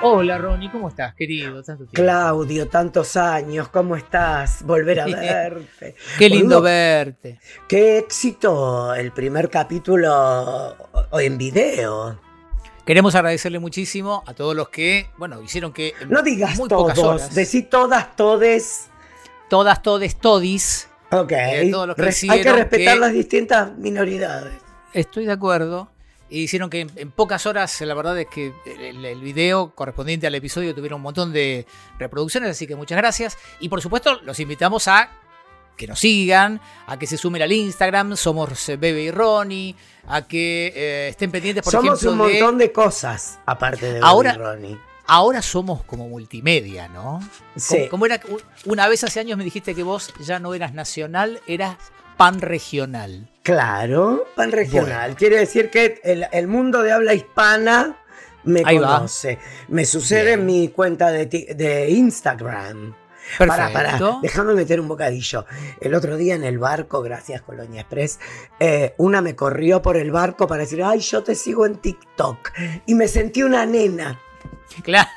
Hola Ronnie, ¿cómo estás, querido? Tanto tiempo. Claudio, tantos años, ¿cómo estás? Volver a verte. Qué lindo Boludo, verte. Qué éxito el primer capítulo o- en video. Queremos agradecerle muchísimo a todos los que, bueno, hicieron que en No digas muy pocas todos, horas, decí todas, todes. todas, todes, todis, Ok. Eh, todos los que Res- Hay que hicieron respetar que- las distintas minoridades. estoy de acuerdo, e hicieron que en, en pocas horas, la verdad es que el, el video correspondiente al episodio tuviera un montón de reproducciones, así que muchas gracias. Y por supuesto, los invitamos a que nos sigan, a que se sumen al Instagram, somos eh, Bebe y Ronnie, a que eh, estén pendientes, por Somos ejemplo, un de- montón de cosas, aparte de Bobby Ahora- Ronnie. Ahora somos como multimedia, ¿no? Sí. Como era u- una vez hace años me dijiste que vos ya no eras nacional, eras panregional. Claro, pan regional. Bueno. Quiere decir que el, el mundo de habla hispana me Ahí va. conoce. Me sucede Bien. en mi cuenta de, ti- de Instagram. Para, para, Perfecto. déjame meter un bocadillo. El otro día en el barco, gracias Colonia Express, eh, una me corrió por el barco para decir, ay, yo te sigo en TikTok. Y me sentí una nena. Claro.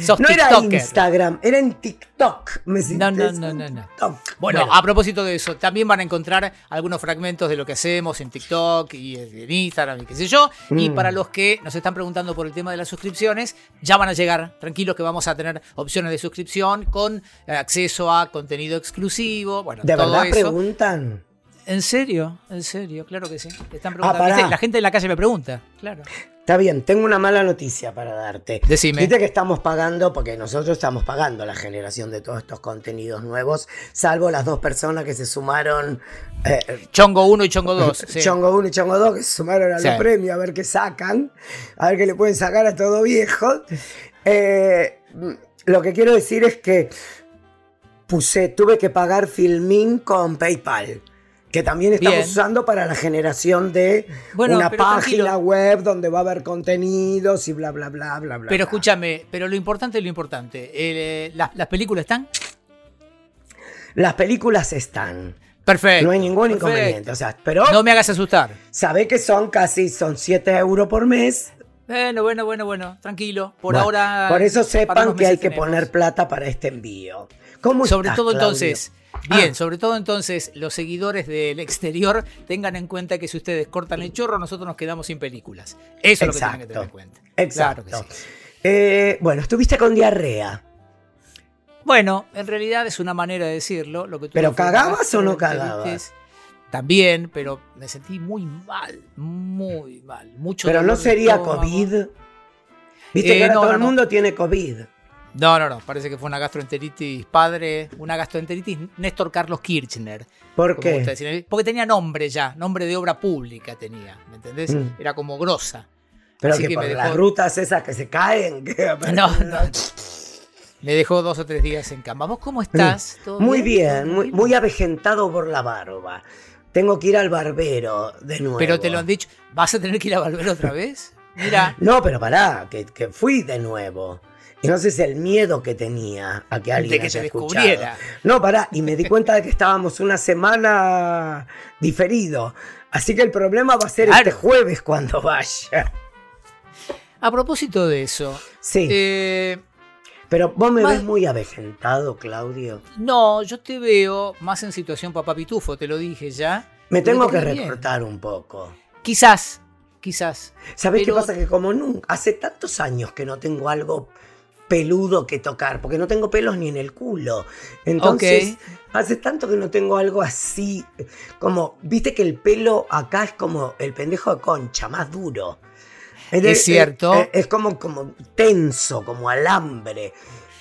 Sos No era Oh, tiktoker. Instagram, era en TikTok. Me sentí No, no, en no, no, no. TikTok. Bueno, a propósito de eso, también van a encontrar algunos fragmentos de lo que hacemos en TikTok y en Instagram y qué sé yo. Y Mm. para los que nos están preguntando por el tema de las suscripciones, ya van a llegar. Tranquilos que vamos a tener opciones de suscripción con eh, acceso a contenido exclusivo. Bueno, ¿de todo verdad eso. preguntan? ¿En serio? ¿En serio? Claro que sí. Te están Ah, preguntando. pará. Viste, La gente de la calle me pregunta. Claro. Está bien, tengo una mala noticia para darte. Decime. Viste que estamos pagando, porque nosotros estamos pagando la generación de todos estos contenidos nuevos, salvo las dos personas que se sumaron eh, Chongo 1 y Chongo 2. sí. Chongo 1 y Chongo 2 que se sumaron a Sí. los premios a ver qué sacan, a ver qué le pueden sacar a todo viejo. Eh, mm, lo que quiero decir es que puse, tuve que pagar Filmin con PayPal, que también estamos Bien. usando para la generación de Bueno, una pero página tranquilo. web donde va a haber contenidos y bla, bla, bla, bla, bla. Pero bla. escúchame, pero lo importante es lo importante. Eh, la- las películas están Las películas están, perfecto. no hay ningún perfecto. inconveniente, o sea, pero No me hagas asustar. sabés que son casi, son 7 euros por mes. Bueno, bueno, bueno, bueno. Tranquilo. Por Bueno, ahora. Por eso para unos sepan que hay meses que tenemos. poner plata para este envío. ¿Cómo Sobre estás, todo Claudio? entonces, bien, Ah. sobre todo entonces, los seguidores del exterior tengan en cuenta que si ustedes cortan el chorro, nosotros nos quedamos sin películas. Eso es lo que tienen que tener en Exacto. cuenta. Exacto. Claro que sí. Eh, bueno, estuviste con diarrea. Bueno, en realidad es una manera de decirlo. Lo que tú ¿Pero fue cagabas o no gastroenteritis. cagabas? También, pero me sentí muy mal, muy mal. Mucho Pero no dolor de sería estómago. COVID. Viste Eh, que ahora no, todo no, el no. mundo tiene COVID. No, no, no. Parece que fue una gastroenteritis padre, una gastroenteritis Néstor Carlos Kirchner. ¿Por como qué? gusta decir. Porque tenía nombre ya, nombre de obra pública tenía, ¿me entendés? Mm. Era como grosa. Pero Así que, que por me las dejó- rutas esas que se caen. que aparecen- No, no. Me dejó dos o tres días en cama. ¿Vos cómo estás? ¿Todo Muy bien, muy, ¿Todo muy avejentado por la barba. Tengo que ir al barbero de nuevo. Pero te lo han dicho, ¿vas a tener que ir a volver otra vez? Mira, No, pero pará, que, que fui de nuevo. Y no sé si el miedo que tenía a que alguien de que haya te escuchado. descubriera. No, pará, y me di cuenta de que estábamos una semana diferido. Así que el problema va a ser Claro. este jueves cuando vaya. A propósito de eso, Sí, eh, pero vos me más- ves muy avejentado, Claudio. no, yo te veo más en situación papá pitufo, te lo dije ya. Me Pero tengo te que queda bien. recortar un poco. Quizás, quizás. ¿Sabés Pero- qué pasa? Que como nunca, hace tantos años que no tengo algo peludo que tocar, porque no tengo pelos ni en el culo. Entonces, Ok. hace tanto que no tengo algo así, como, viste que el pelo acá es como el pendejo de concha, más duro. de- eh, Es cierto. Es, es como, como tenso, como alambre.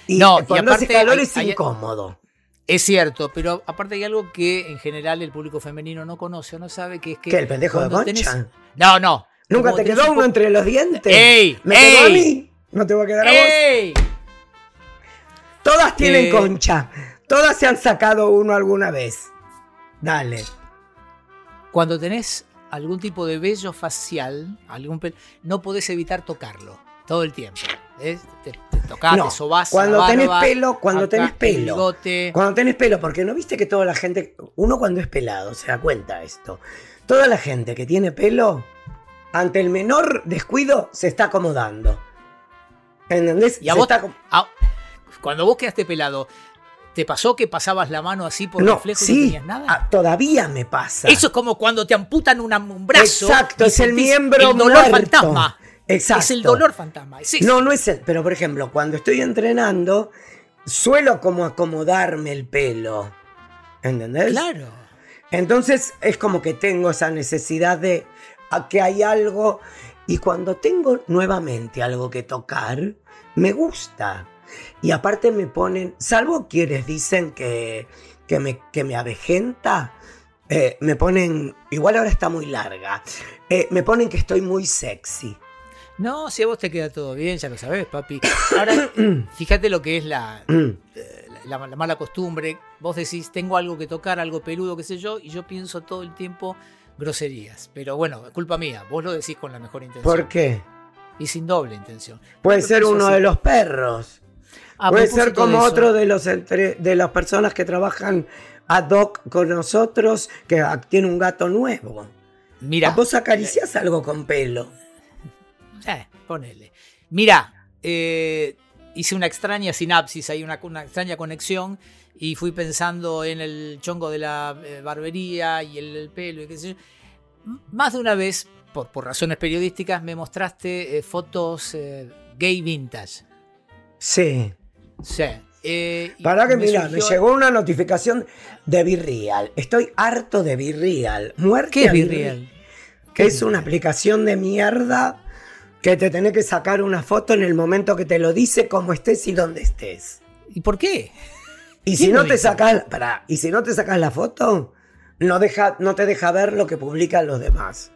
Y No, y cuando hace aparte calor hay- es hay- incómodo. Es cierto, pero aparte hay algo que en general el público femenino no conoce o no sabe, que es que... ¿Qué, el pendejo de cuando concha? No, no. ¿Nunca Como te tenés un quedó uno po- entre los dientes? ¡Ey! ¿Me quedó a ¡Ey! mí? ¿No te va a quedar a vos? ¡Ey! Todas tienen Eh. concha. Todas se han sacado uno alguna vez. Dale. Cuando tenés algún tipo de vello facial, algún pel- no podés evitar tocarlo todo el tiempo. ¿ves? Te, te tocás, No, te sobás la cuando tenés barba, pelo, cuando acá tenés el pelo. bigote. Cuando tenés pelo, porque no viste que toda la gente, uno cuando es pelado, se da cuenta de esto. Toda la gente que tiene pelo, ante el menor descuido, se está acomodando. ¿Entendés? Y a Se vos, está com- a- cuando vos quedaste pelado, ¿te pasó que pasabas la mano así por No, reflejo y no sí, tenías nada? ah, todavía me pasa. Eso es como cuando te amputan una- un brazo. Exacto, y es el sentís miembro El dolor muerto. fantasma. Exacto. Es el dolor fantasma. Es eso. No, no es el. Pero por ejemplo, cuando estoy entrenando, suelo como acomodarme el pelo. ¿Entendés? Claro. Entonces es como que tengo esa necesidad de a que hay algo. Y cuando tengo nuevamente algo que tocar, me gusta. Y aparte me ponen, salvo quienes dicen que, que, me, que me avejenta, eh, me ponen, igual ahora está muy larga, eh, me ponen que estoy muy sexy. No, si a vos te queda todo bien, ya lo sabés, papi. Ahora, fíjate lo que es la, Mm. eh, la, la mala costumbre. Vos decís, tengo algo que tocar, algo peludo, qué sé yo, y yo pienso todo el tiempo groserías. Pero bueno, culpa mía, vos lo decís con la mejor intención. ¿Por qué? Y sin doble intención. Puede Yo ser pienso uno así. de los perros. A Puede propósito ser como de Ah, eso, otro de los entre- de las personas que trabajan ad hoc con nosotros, que ah, tiene un gato nuevo. Mira, Vos acariciás algo con pelo. Eh, ponele. Mirá, eh, hice una extraña sinapsis, hay una, una extraña conexión y fui pensando en el chongo de la eh, barbería y el, el pelo y qué sé yo. M- Más de una vez, por, por razones periodísticas, me mostraste eh, fotos eh, gay vintage. Sí. Sí. eh, y Para que mira, me surgió- llegó una notificación de Virreal. Estoy harto de Virreal. Muerte ¿Qué a es Virreal? Que es una aplicación de mierda que te tenés que sacar una foto en el momento que te lo dice, como estés y donde estés. ¿Y por qué? ¿Quién Y si lo no te dice? sacas, pará, y si no te sacas la foto, no deja, no te deja ver lo que publican los demás.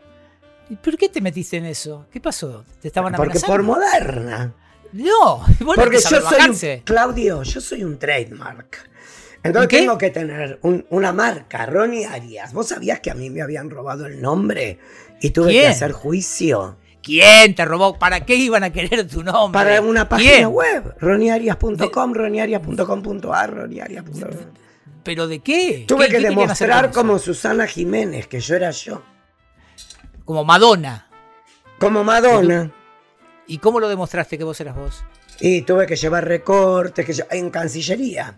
¿Y ¿Por qué te metiste en eso? ¿Qué pasó? ¿Te estaban Porque amenazando? por moderna. No, vos no Porque te yo sabés soy bajarse. un, Claudio, yo soy un trademark. Entonces ¿Un qué? tengo que tener un- una marca, Ronnie Arias. ¿Vos sabías que a mí me habían robado el nombre y tuve que ¿Quién? hacer juicio? ¿Quién te robó? ¿Para qué iban a querer tu nombre? Para una página ¿Quién? web, roniarias.com, roniarias.com.ar, roniarias.com. ¿Pero de qué? Tuve ¿Qué- que qué querían hacer demostrar con como eso? Susana Jiménez que yo era yo. Como Madonna. Como Madonna. ¿Y cómo lo demostraste que vos eras vos? Y tuve que llevar recortes que yo- en Cancillería.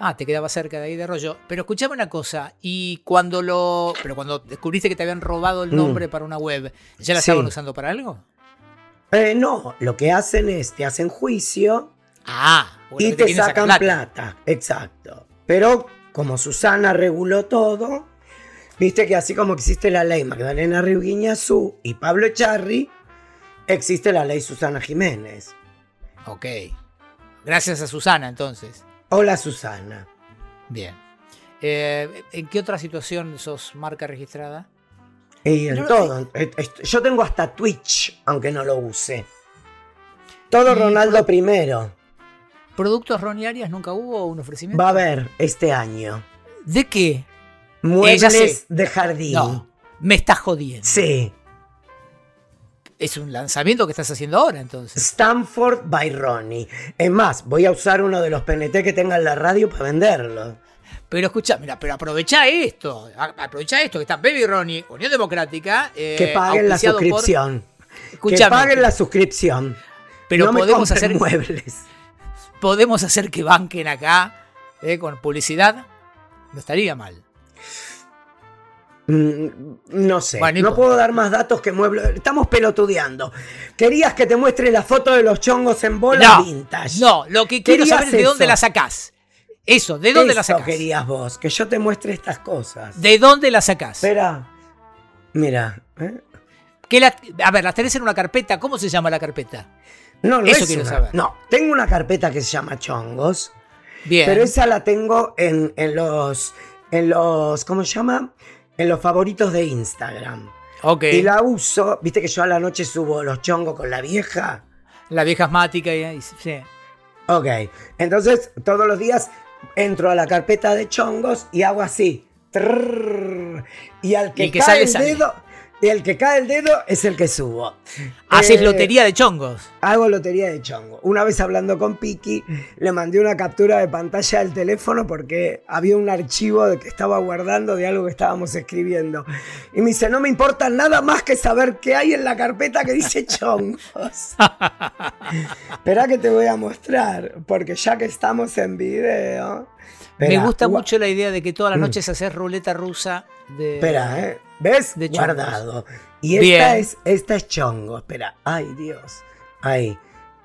Ah, te quedaba cerca de ahí de rollo. Pero escuchame una cosa, y cuando lo. Pero cuando descubriste que te habían robado el Mm. nombre para una web, ¿ya la Sí. estaban usando para algo? Eh, no, lo que hacen es, te hacen juicio Ah, bueno, y que te quieren sacar sacan plata. Exacto. Pero como Susana reguló todo, viste que así como existe la ley Magdalena Riuguiñazú y Pablo Charri, existe la ley Susana Jiménez. Ok. Gracias a Susana, entonces. Hola Susana. Bien. Eh, ¿En qué otra situación sos marca registrada? Y en No, todo. eh, eh, Yo tengo hasta Twitch, aunque no lo use. Todo Y Ronaldo primero. ¿Productos Roniarias nunca hubo un ofrecimiento? Va a haber este año. ¿De qué? ya sé. Muebles de jardín. No, me estás jodiendo. Sí. Es un lanzamiento que estás haciendo ahora, entonces. Stanford by Ronnie. Es más, voy a usar uno de los PNT que tenga en la radio para venderlo. Pero escucha, mira, pero aprovecha esto. a- Aprovechá esto que está Baby Ronnie, Unión Democrática. eh, Que paguen la auspiciado por- suscripción. Que Escuchame, paguen la suscripción. Pero No me podemos, compren hacer, muebles. podemos hacer que banquen acá eh, con publicidad. No estaría mal. Mm, No sé, Bueno, no y- puedo dar más datos que muebles. Estamos pelotudeando. Querías que te muestre la foto de los chongos en bola no, vintage. no, lo que quiero Querías saber es de eso. dónde la sacás. Eso, ¿de dónde la Eso sacás? querías vos, que yo te muestre estas cosas. ¿De dónde la sacás? Espera. Mira. ¿eh? ¿Qué la- a ver, las tenés en una carpeta. ¿Cómo se llama la carpeta? No, no Eso es quiero una- saber. No, tengo una carpeta que se llama chongos. Bien. Pero esa la tengo en, en los. En los. ¿Cómo se llama? En los favoritos de Instagram. ok. Y La... la uso. Viste que yo a la noche subo los chongos con la vieja. vieja asmática. Y, y- sí. Ok. Entonces, todos los días entro a la carpeta de chongos y hago así. Trrr. y al que, Y el que cae sale, el sale. dedo. Y el que cae el dedo es el que subo. Haces Eh, lotería de chongos. Hago lotería de chongo. Una vez hablando con Piki, le mandé una captura de pantalla del teléfono porque había un archivo de que estaba guardando de algo que estábamos escribiendo. Y me dice, no me importa nada más que saber qué hay en la carpeta que dice chongos. Espera que te voy a mostrar, porque ya que estamos en video... Me Esperá, gusta gua- Mm. mucho la idea de que todas las noches haces ruleta rusa de. Espera, ¿eh? ¿Ves? De chongos. Guardado. Y Bien. esta es, esta es chongo. Espera. Ay, Dios. Ahí.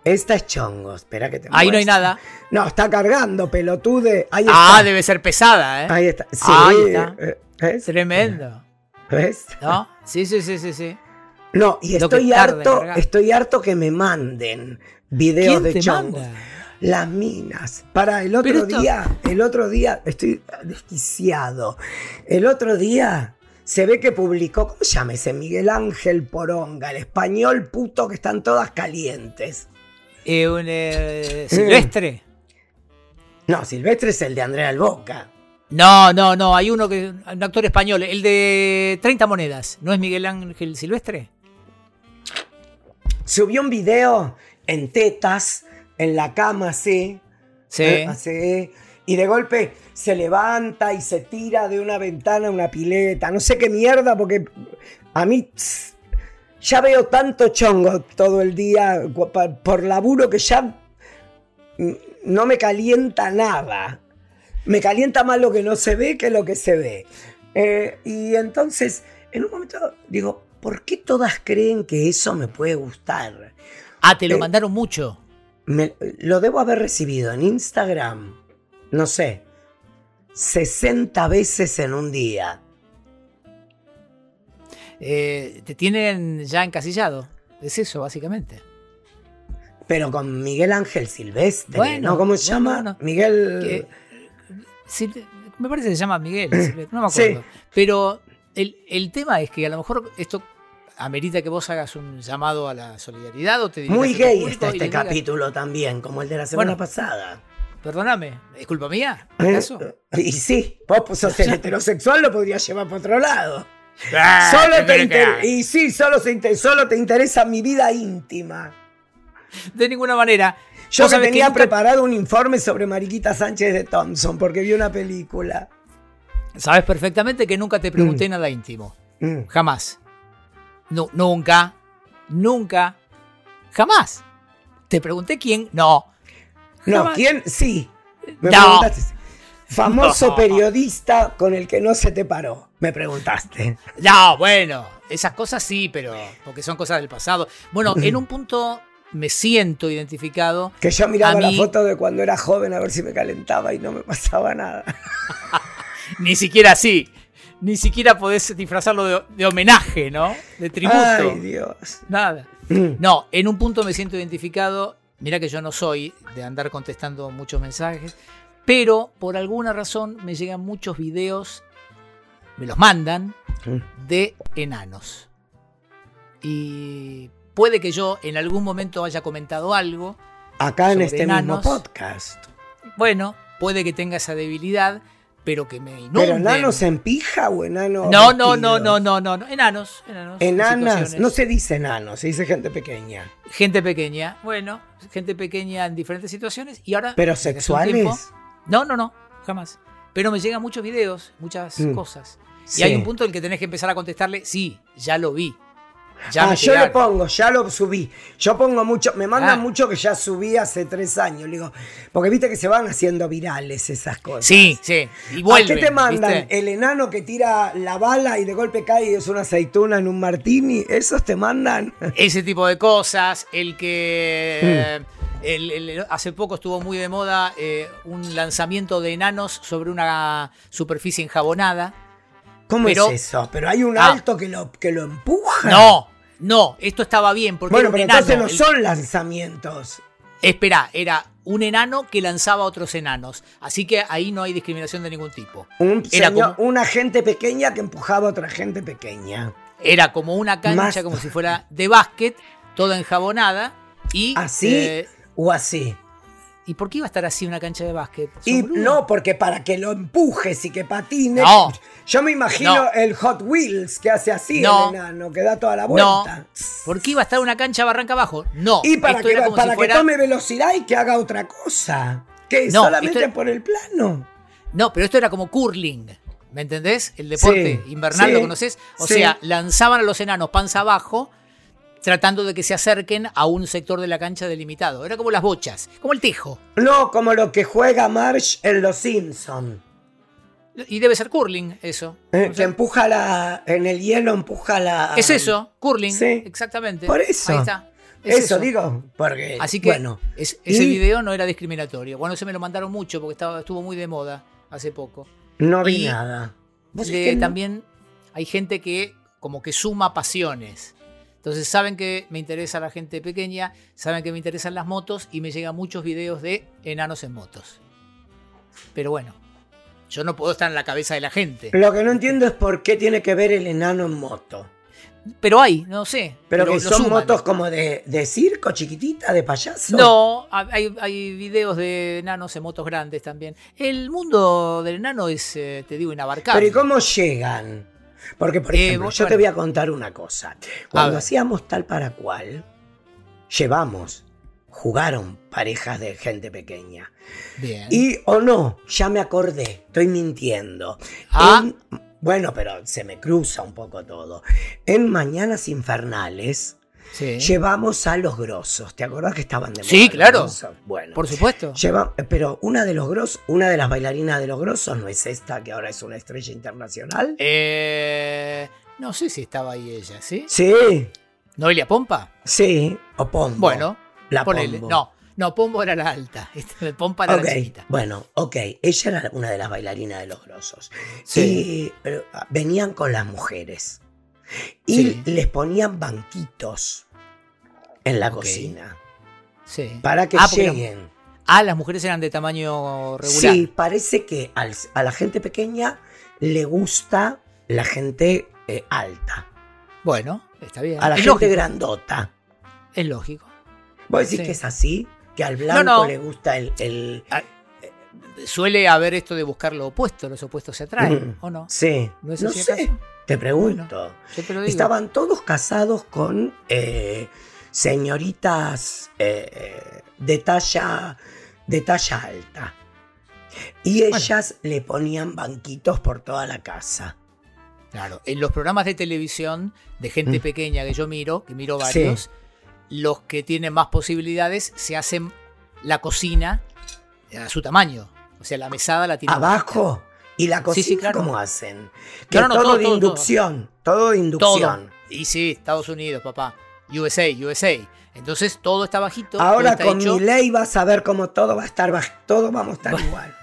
Esta es chongo. Espera que te Ahí no hay muestro. nada. No, está cargando, pelotude. Ahí está. Ah, debe ser pesada, ¿eh? Ahí está. Sí. Ahí está. eh, ¿Ves? Tremendo. ¿Ves? ¿No? Sí, sí, sí, sí, sí. No, y Lo que estoy tarda en harto, cargar. estoy harto que me manden videos ¿Quién de te chongos. manda? Las minas. Para el otro Pero esto- día, el otro día, estoy desquiciado. El otro día se ve que publicó, ¿cómo se llama ese? Miguel Ángel Poronga, el español puto que están todas calientes. Eh, un, eh, Mm. silvestre. No, Silvestre es el de Andrea Alboca. No, no, no. Hay uno que. Un actor español. El de 30 monedas. ¿No es Miguel Ángel Silvestre? Subió un video en tetas, en la cama así. Sí. eh, así, Y de golpe se levanta y se tira de una ventana a una pileta. No sé qué mierda, porque a mí tss, ya veo tanto chongo todo el día cu- pa- por laburo que ya mm, no me calienta nada. Me calienta más lo que no se ve que lo que se ve. Eh, y entonces, en un momento digo, ¿por qué todas creen que eso me puede gustar? ah, te lo eh. mandaron mucho. Me- lo debo haber recibido en Instagram, no sé, 60 veces en un día. Eh, te tienen ya encasillado. Es eso, básicamente. Pero con Miguel Ángel Silvestre, Bueno, ¿no? ¿Cómo se bueno, llama? bueno. Miguel... que- Sil- me parece que se llama Miguel, Silvestre, no me Sí. acuerdo. Pero el, el tema es que a lo mejor esto amerita que vos hagas un llamado a la solidaridad o te dirijas Muy a tu gay público está y le este digas, capítulo también, como el de la semana Bueno, pasada. Perdóname, ¿es culpa mía? Eh. ¿Acaso? Y sí, vos pues, sos el heterosexual, lo podrías llevar para otro lado. Ah, solo te primero que inter- hagas. Y sí, solo, se inter- solo te interesa mi vida íntima. De ninguna manera. Yo Vos que sabés tenía nunca- preparado un informe sobre Mariquita Sánchez de Thompson porque vi una película. Sabes perfectamente que nunca te pregunté nada íntimo. Mm. Jamás. No, nunca. Nunca. Jamás. ¿Te pregunté quién? No. No, Jamás. ¿quién? Sí. Me No. preguntaste. Famoso No. periodista con el que no se te paró. Me preguntaste. No, bueno, esas cosas sí, pero porque son cosas del pasado. Bueno, en un punto me siento identificado. Que yo miraba A la mí- foto de cuando era joven a ver si me calentaba y no me pasaba nada. Ni siquiera así. Ni siquiera podés disfrazarlo de, de homenaje, ¿no? De tributo. Ay, Dios. Nada. Mm. No, en un punto me siento identificado. Mira que yo no soy de andar contestando muchos mensajes, pero por alguna razón me llegan muchos videos, me los mandan, de enanos. Y puede que yo en algún momento haya comentado algo. Acá en Sobre este enanos. mismo podcast. Bueno, puede que tenga esa debilidad, pero que me inunden. ¿Pero enanos en pija o enanos? no, no, no, vestidos? no, no, no, no. Enanos, enanos. en Enanas. situaciones. No se dice enanos, se dice gente pequeña. Gente pequeña. Bueno, gente pequeña en diferentes situaciones. Y ahora. ¿Pero desde hace un tiempo- sexuales? No, no, no, jamás. Pero me llegan muchos videos, muchas Mm. cosas. Y Sí. hay un punto en el que tenés que empezar a contestarle, sí, ya lo vi. Ya ah, me yo le llegaron". pongo, ya lo subí. Yo pongo mucho, me mandan Ah. mucho que ya subí hace tres años. Le digo, porque viste que se van haciendo virales esas cosas. Sí, sí. Y ¿A vuelven. qué te mandan? ¿viste? El enano que tira la bala y de golpe cae y es una aceituna en un martini. ¿Esos te mandan? Ese tipo de cosas. El que. el- el- hace poco estuvo muy de moda eh, un lanzamiento de enanos sobre una superficie enjabonada. ¿Cómo Pero- es eso? Pero hay un Ah. alto que lo, que lo empuja. No, no, esto estaba bien porque Bueno, pero era un enano. entonces no El- son lanzamientos. Esperá, era un enano que lanzaba a otros enanos. Así que ahí no hay discriminación de ningún tipo. Un Era señor- como- una gente pequeña que empujaba a otra gente pequeña. Era como una cancha, Más- como si ¿Ah, fuera de básquet, toda enjabonada. Y ¿Así eh, o así? ¿Y por qué iba a estar así una cancha de básquet? ¿Sos Y boludo? no, porque para que lo empujes y que patine. No. Yo me imagino No. el Hot Wheels que hace así No. el enano, que da toda la No. vuelta. ¿Por qué iba a estar una cancha barranca abajo? No. Y para, esto que, era como para si que fuera- tome velocidad y que haga otra cosa. Que No, solamente esto- por el plano. No, pero esto era como curling. ¿Me entendés? El deporte Sí, invernal, sí, ¿lo conoces? O sí. sea, lanzaban a los enanos panza abajo, tratando de que se acerquen a un sector de la cancha delimitado. Era como las bochas, como el tejo. No, como lo que juega Marsh en Los Simpson. Y debe ser curling, eso. Eh, O que sea, empuja la. En el hielo empuja la. es eso, curling. sí. Exactamente. Por eso. Ahí está. Es Eso, digo. Porque. Así que Bueno. es- ese Y- video no era discriminatorio. Bueno, se me lo mandaron mucho porque estaba, estuvo muy de moda hace poco. No y- vi nada. Eh, ¿Vos Le- sabés que no? Eh, También hay gente que como que suma pasiones. Entonces saben que me interesa la gente pequeña, saben que me interesan las motos y me llegan muchos videos de enanos en motos. Pero bueno, yo no puedo estar en la cabeza de la gente. Lo que no entiendo es por qué tiene que ver el enano en moto. Pero hay, no sé. Pero, lo- que lo son suman. motos como de, de circo, chiquitita, de payaso. No, hay, hay videos de enanos en motos grandes también. El mundo del enano es, eh, te digo, inabarcable. Pero ¿y cómo llegan? Porque, por Eh, ejemplo, vos- yo te bueno. voy a contar una cosa. Cuando ver. hacíamos tal para cual, llevamos, jugaron parejas de gente pequeña. Bien. Y o no, ya me acordé, estoy mintiendo. Ah. En- bueno, pero se me cruza un poco todo. En Mañanas Infernales sí. llevamos a los grosos. ¿Te acordás que estaban de moda Sí, los claro. grosos? Bueno. Por supuesto. Lleva- pero una de los grosos, una de las bailarinas de los grosos no es esta que ahora es una estrella internacional. Eh, no sé si estaba ahí ella, ¿sí? Sí, ¿Noelia Pompa? sí, o Pombo. Bueno, la ponele. Pombo. No, no, Pombo era la alta. Esta- Pompa era Ok, la chiquita. Bueno, ok, ella era una de las bailarinas de los grosos. Sí. Y eh, venían con las mujeres. Y Sí. les ponían banquitos en la Ok. cocina Sí. para que Ah, porque eran- lleguen. Ah, las mujeres eran de tamaño regular. Sí, parece que al- a la gente pequeña le gusta la gente eh, alta. Bueno, está bien. a la es, gente lógico, grandota. es lógico. ¿Vos decís Sí. que es así? Que al blanco no. le gusta el. el- Suele haber esto de buscar lo opuesto, los opuestos se atraen, Mm. ¿o no? Sí. ¿No No, es así sé. acaso? Te pregunto. Yo te lo digo. Estaban todos casados con eh, señoritas eh, de talla. de talla alta. Y Bueno. ellas le ponían banquitos por toda la casa. Claro, en los programas de televisión de gente Mm. pequeña que yo miro, que miro Sí. varios, los que tienen más posibilidades se hacen la cocina a su tamaño. O sea, la mesada la Ah, tienen Abajo. ¿Y la Sí, cocina sí, claro. cómo hacen? Que No, no, no, todo, todo, de todo, todo. inducción. Todo de inducción. todo. Y sí, Estados Unidos, papá. USA, USA. Entonces todo está bajito. todo Ahora está con hecho mi ley vas a ver cómo todo va a estar, baj- todo vamos a estar igual.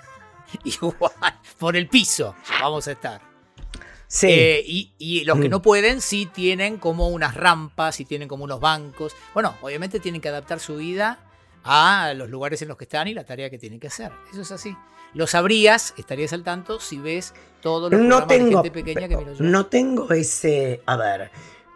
igual. Por el piso vamos a estar. Sí, Eh, y, y los que Mm. no pueden sí tienen como unas rampas y tienen como unos bancos. Bueno, obviamente tienen que adaptar su vida a los lugares en los que están y la tarea que tienen que hacer. Eso es así. Lo sabrías, estarías al tanto si ves todos los no programas tengo, de gente pequeña que miro yo. No, no tengo ese, a ver,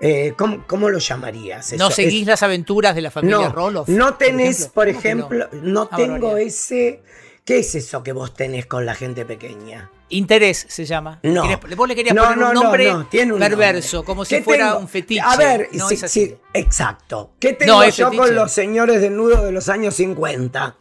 eh, ¿cómo, cómo lo llamarías? eso? seguís Es- las aventuras de la familia no, Roloff. no tenés, por ejemplo, ¿Cómo que no? no Ah, tengo barbaridad. ese, ¿qué es eso que vos tenés con la gente pequeña? Interés se llama. No. Querés- Vos le querías No, poner no, un no, nombre no, tiene un perverso, nombre. como si ¿Qué fuera tengo? un fetiche. A ver, No, sí, es así. sí, exacto. ¿Qué tengo es yo fetiche. con los señores desnudos de los años 50?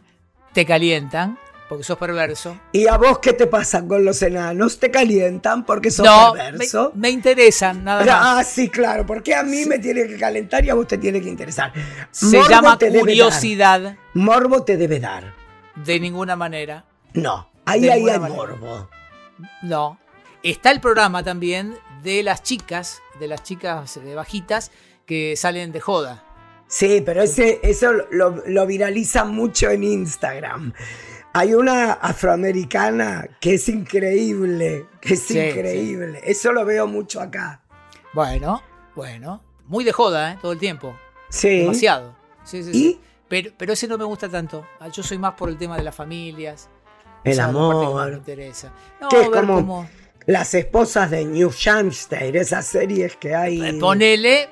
Te calientan porque sos perverso. ¿Y a vos qué te pasa con los enanos? ¿Te calientan porque sos no, me, perverso? me interesan nada más. Ah, sí, claro, porque a mí me tiene que calentar y a vos te tiene que interesar. Se Morbo llama te debe curiosidad dar. Morbo te debe dar. de ninguna manera. No, ahí, De ahí ninguna hay manera. morbo. No. Está el programa también de las chicas, de las chicas eh, bajitas que salen de joda. Sí, pero ese, eso lo, lo viraliza mucho en Instagram. Hay una afroamericana que es increíble, que es Sí, increíble. Eso lo veo mucho acá. Bueno, bueno. Muy de joda, ¿eh? Todo el tiempo. Sí. Demasiado. Sí, sí, ¿Y? sí. Pero, pero ese no me gusta tanto. Ah, Yo soy más por el tema de las familias. El Esa es la parte que más amor. Me interesa. No, Que es ver como- cómo- Las esposas de New Hampshire, esas series que hay. Eh, Ponele,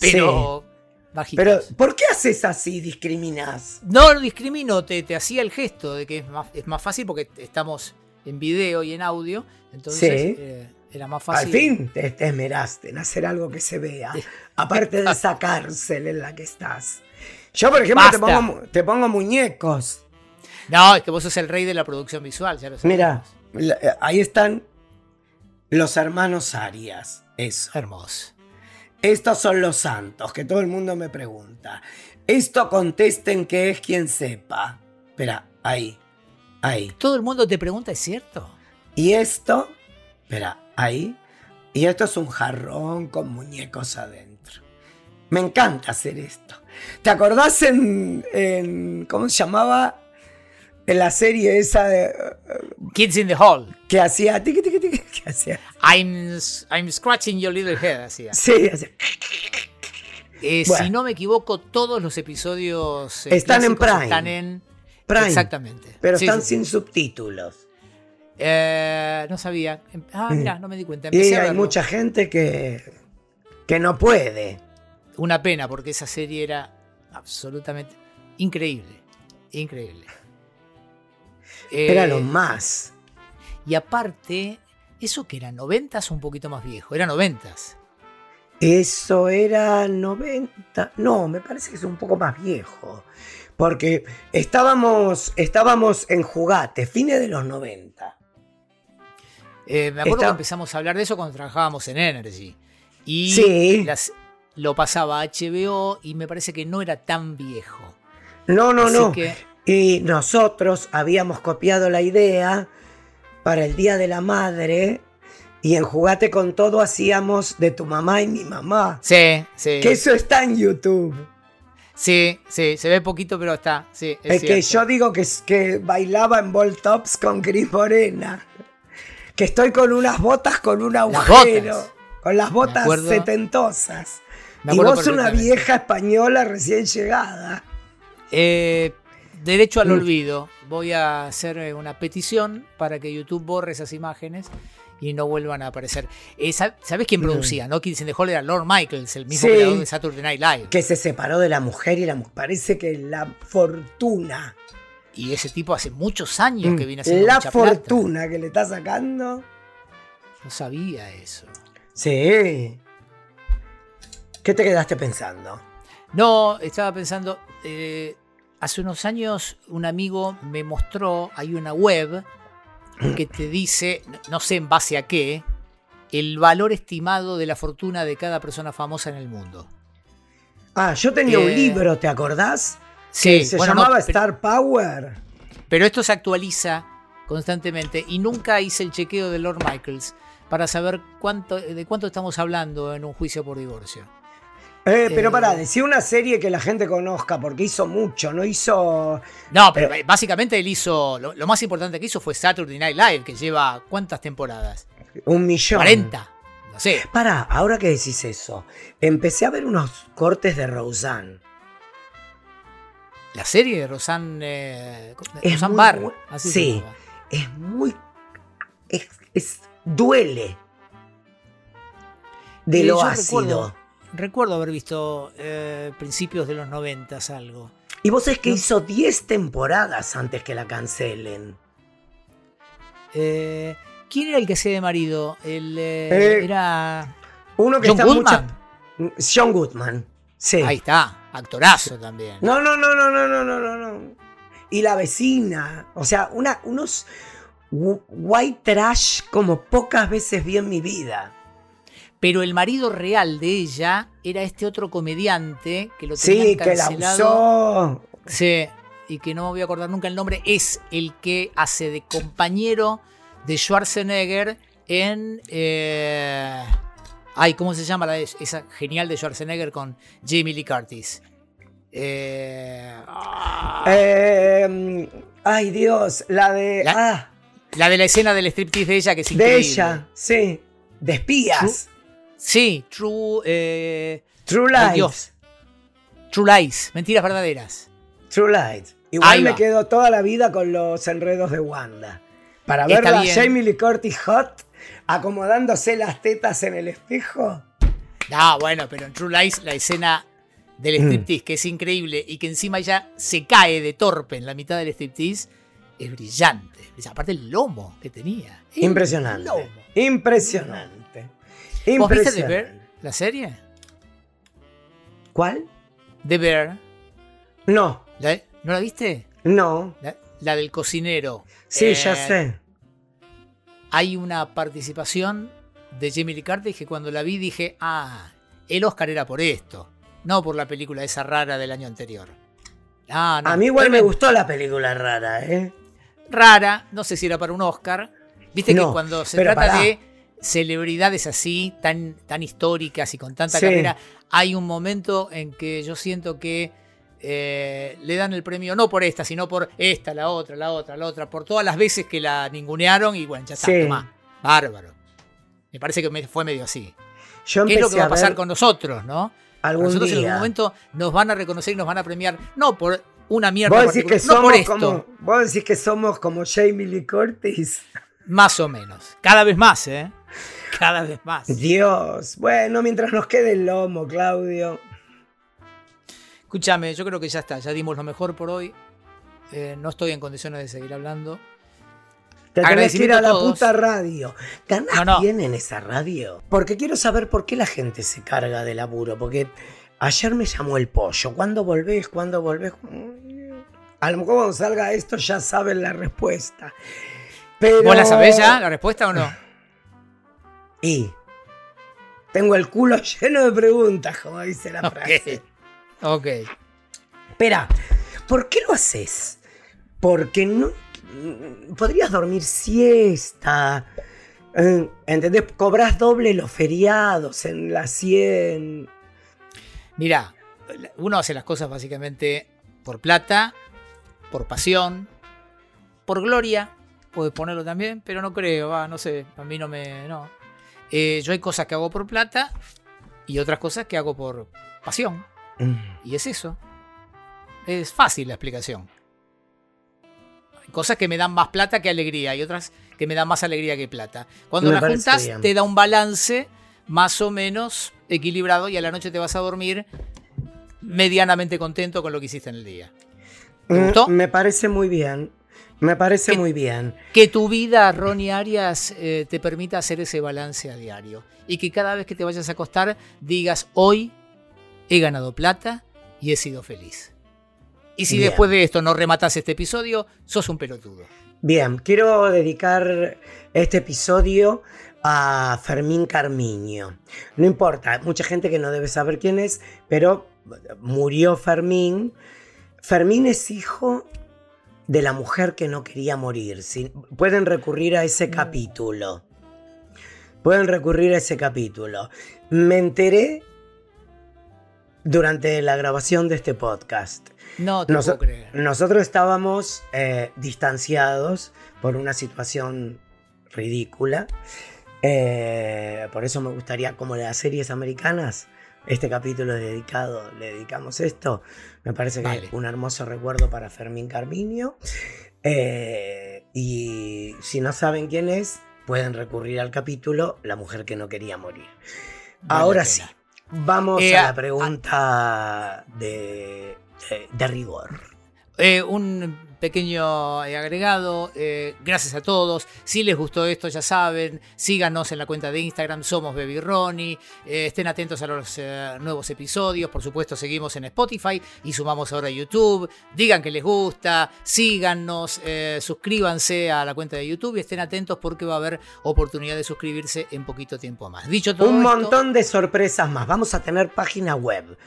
pero bajitas. Pero, ¿por qué haces así? Discriminás. No lo discrimino, te, te hacía el gesto de que es más, es más fácil porque estamos en video y en audio. Entonces Sí. eh, era más fácil. Al fin te, te esmeraste en hacer algo que se vea. Aparte de esa cárcel en la que estás. Yo, por ejemplo, te Basta. pongo, mu- te pongo muñecos. No, es que vos sos el rey de la producción visual, ya lo sabes. Mira, la- eh, ahí están los hermanos Arias. Eso. Hermoso. Estos son los santos que todo el mundo me pregunta. Esto contesten que es quien sepa. Espera, ahí. Ahí. Todo el mundo te pregunta, ¿es cierto? Y esto, espera, ahí. Y esto es un jarrón con muñecos adentro. Me encanta hacer esto. ¿Te acordás en, en- ¿cómo se llamaba? En la serie esa de- Kids in the Hall. que hacía, tiqui, tiqui, tiqui, que hacía, I'm, I'm scratching your little head, hacía. sí, hacía. Eh, Bueno. Si no me equivoco, todos los episodios eh, Están en clásicos Prime. Están en Prime, Exactamente. Pero Sí, están sí, sí. sin subtítulos. Eh, no sabía. Em- Ah, mira, no me di cuenta. Mm. Y Empecé a hay verlo. mucha gente que, que no puede. Una pena, porque esa serie era absolutamente increíble. Increíble. Eh, Era lo más. y aparte, eso que era noventas o un poquito más viejo, era noventas. Eso era 90. No, me parece que es un poco más viejo. Porque estábamos, estábamos en jugate, fines de los 90. Eh, me acuerdo Está- que empezamos a hablar de eso cuando trabajábamos en Energy. Y Sí. las- lo pasaba a HBO y me parece que no era tan viejo. No, no, Así no. que- Y nosotros habíamos copiado la idea para el Día de la Madre. Y en Jugate con todo hacíamos de tu mamá y mi mamá. Sí, sí. Que eso está en YouTube. Sí, sí, se ve poquito, pero está. Sí, es Es que cierto. yo digo que, es- que bailaba en ball tops con Cris Morena. Que estoy con unas botas con un agujero. botas. Con las botas acuerdo. setentosas. Me Y acuerdo vos una perfectamente. vieja española recién llegada. Eh, derecho al Mm. olvido. Voy a hacer eh, una petición para que YouTube borre esas imágenes y no vuelvan a aparecer. Eh, sab- ¿Sabés quién Mm. producía? ¿No? Quien se dejó era Lord Michaels, el mismo Sí. creador de Saturday Night Live. Que se separó de la mujer y la mu- parece que la fortuna. Y ese tipo hace muchos años que viene haciendo Mm. La mucha plata. fortuna que le está sacando. No sabía eso. Sí. ¿Qué te quedaste pensando? No, estaba pensando. eh, hace unos años un amigo me mostró, hay una web que te dice, no- no sé en base a qué, el valor estimado de la fortuna de cada persona famosa en el mundo. Ah, yo tenía un Eh, libro, ¿te acordás? Sí, se bueno, no, llamaba pero, Star Power. pero esto se actualiza constantemente y nunca hice el chequeo de Lord Michaels para saber cuánto de cuánto estamos hablando en un juicio por divorcio. Eh, pero Eh, pará, decía una serie que la gente conozca, porque hizo mucho, no hizo. No, pero Pero- básicamente él hizo, lo, lo más importante que hizo fue Saturday Night Live, que lleva cuántas temporadas. Un millón. 40. No sé. Pará, ahora que decís eso, empecé a ver unos cortes de Roseanne. La serie de Rosanne. Eh, Es Rosanne muy Barr. bu- así sí. se llamaba. Es muy. Es, es- duele. De Eh, lo yo ácido. recuerdo- Recuerdo haber visto eh, principios de los 90 algo. Y vos sabés que No. hizo 10 temporadas antes que la cancelen. Eh, ¿Quién era el que hacía de marido? El, eh, Eh, era. Uno que John está Goodman. mucha- John Goodman. Sí. Ahí está. Actorazo también. No, no, no, no, no, no, no, no, no. Y la vecina. O sea, una, unos wh- white trash como pocas veces vi en mi vida. Pero el marido real de ella era este otro comediante que lo tenían Sí, que la cancelado. usó. Sí, y que no me voy a acordar nunca el nombre, es el que hace de compañero de Schwarzenegger en... eh, ay, ¿cómo se llama la de- esa genial de Schwarzenegger con Jamie Lee Curtis? Eh, ah, Eh, ay, Dios, la de. La- ah, la de la escena del striptease de ella que es de increíble. ella, sí. De espías. Sí, True, eh, True Ay, Lies. Dios. True Lies, mentiras verdaderas. True Lies. Igual Ahí me va. quedo toda la vida con los enredos de Wanda. Para Está verla a bien. Jamie Lee Curtis hot, acomodándose las tetas en el espejo. Ah, bueno, pero en True Lies la escena del Mm. striptease, que es increíble, y que encima ella se cae de torpe en la mitad del striptease, es brillante. Aparte el lomo que tenía. El Impresionante. lomo. Impresionante. ¿Vos viste The Impresionante. Bear, la serie? ¿Cuál? The Bear. No, ¿la- ¿No la viste? no. La, la del cocinero. Sí, ya Eh, sé. Hay una participación de Jamie Lee Curtis que cuando la vi dije, ah, el Oscar era por esto, no por la película esa rara del año anterior. Ah, no, A mí igual me tremendo. gustó la película rara, ¿eh? rara, no sé si era para un Oscar. Viste No, que cuando se pero trata pará. de celebridades así, tan, tan históricas y con tanta Sí. carrera, hay un momento en que yo siento que eh, le dan el premio no por esta, sino por esta, la otra, la otra, la otra, por todas las veces que la ningunearon y bueno, ya está, Sí. tomá. bárbaro. Me parece que me- fue medio así. Yo ¿Qué empecé es lo que va a pasar ver con nosotros, no? algún Nosotros en día. algún momento nos van a reconocer y nos van a premiar, no por una mierda, ¿Vos decís, que particular, no por somos esto. como, vos decís que somos como Jamie Lee Curtis. Más o menos. Cada vez más, ¿eh? Cada vez más. Dios. Bueno, mientras nos quede el lomo, Claudio. Escúchame, yo creo que ya está. Ya dimos lo mejor por hoy. Eh, no estoy en condiciones de seguir hablando. Te tenés que ir Agradecimiento a a la todos. puta radio. ¿Ganás No, no. bien en esa radio? Porque quiero saber por qué la gente se carga de laburo. Porque ayer me llamó el pollo. ¿Cuándo volvés? ¿Cuándo volvés? A lo mejor cuando salga esto ya saben la respuesta. Pero... ¿Vos la sabés ya la respuesta o no? Y tengo el culo lleno de preguntas, como dice la frase. Ok. Espera, ¿por qué lo haces? Porque no. mm, Podrías dormir siesta. eh, ¿Entendés? Cobras doble los feriados en la 100. Mirá, uno hace las cosas básicamente por plata, por pasión, por gloria. Puedes ponerlo también, pero no creo, va, no sé. A mí no me. No. Eh, yo hay cosas que hago por plata y otras cosas que hago por pasión. Y es eso. Es fácil la explicación. Hay cosas que me dan más plata que alegría y otras que me dan más alegría que plata. Cuando Me las parece juntas bien. te da un balance más o menos equilibrado y a la noche te vas a dormir medianamente contento con lo que hiciste en el día. ¿Te gustó? Mm, Me parece muy bien. Me parece ¿Qué- muy bien. Que tu vida, Ronnie Arias, eh, te permita hacer ese balance a diario. Y que cada vez que te vayas a acostar digas, hoy he ganado plata y he sido feliz. Y si Bien. después de esto no rematas este episodio, sos un pelotudo. Bien, quiero dedicar este episodio a Fermín Carmiño. No importa, mucha gente que no debe saber quién es, pero murió Fermín. Fermín es hijo de la mujer que no quería morir. Si- Pueden recurrir a ese capítulo. Pueden recurrir a ese capítulo. Me enteré durante la grabación de este podcast. No te Nos- puedo creer. Nosotros estábamos eh, distanciados por una situación ridícula. Eh, por eso me gustaría, como las series americanas, este capítulo es dedicado, le dedicamos esto. Me parece que Vale. es un hermoso recuerdo para Fermín Carmiño. Eh, y si no saben quién es, pueden recurrir al capítulo La mujer que no quería morir. Vale Ahora la sí, pena. vamos Eh, a a- la pregunta de- de- de rigor. Eh, un pequeño eh, agregado. eh, gracias a todos. Si les gustó esto, ya saben, síganos en la cuenta de Instagram, somos Baby Ronnie. Eh, estén atentos a los eh, nuevos episodios. Por supuesto, seguimos en Spotify y sumamos ahora a YouTube. Digan que les gusta, síganos, eh, suscríbanse a la cuenta de YouTube y estén atentos porque va a haber oportunidad de suscribirse en poquito tiempo más. Dicho todo Un esto, montón de sorpresas más. Vamos a tener página web.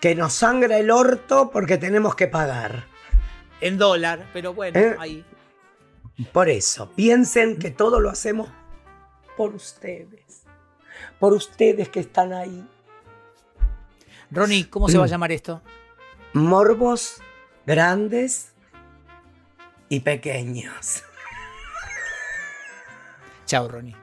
Que nos sangra el orto porque tenemos que pagar. en dólar, pero bueno, Eh, ahí. Por eso, piensen que todo lo hacemos por ustedes. Por ustedes que están ahí. Ronnie, ¿cómo se va a llamar esto? Morbos grandes y pequeños. Chao, Ronnie.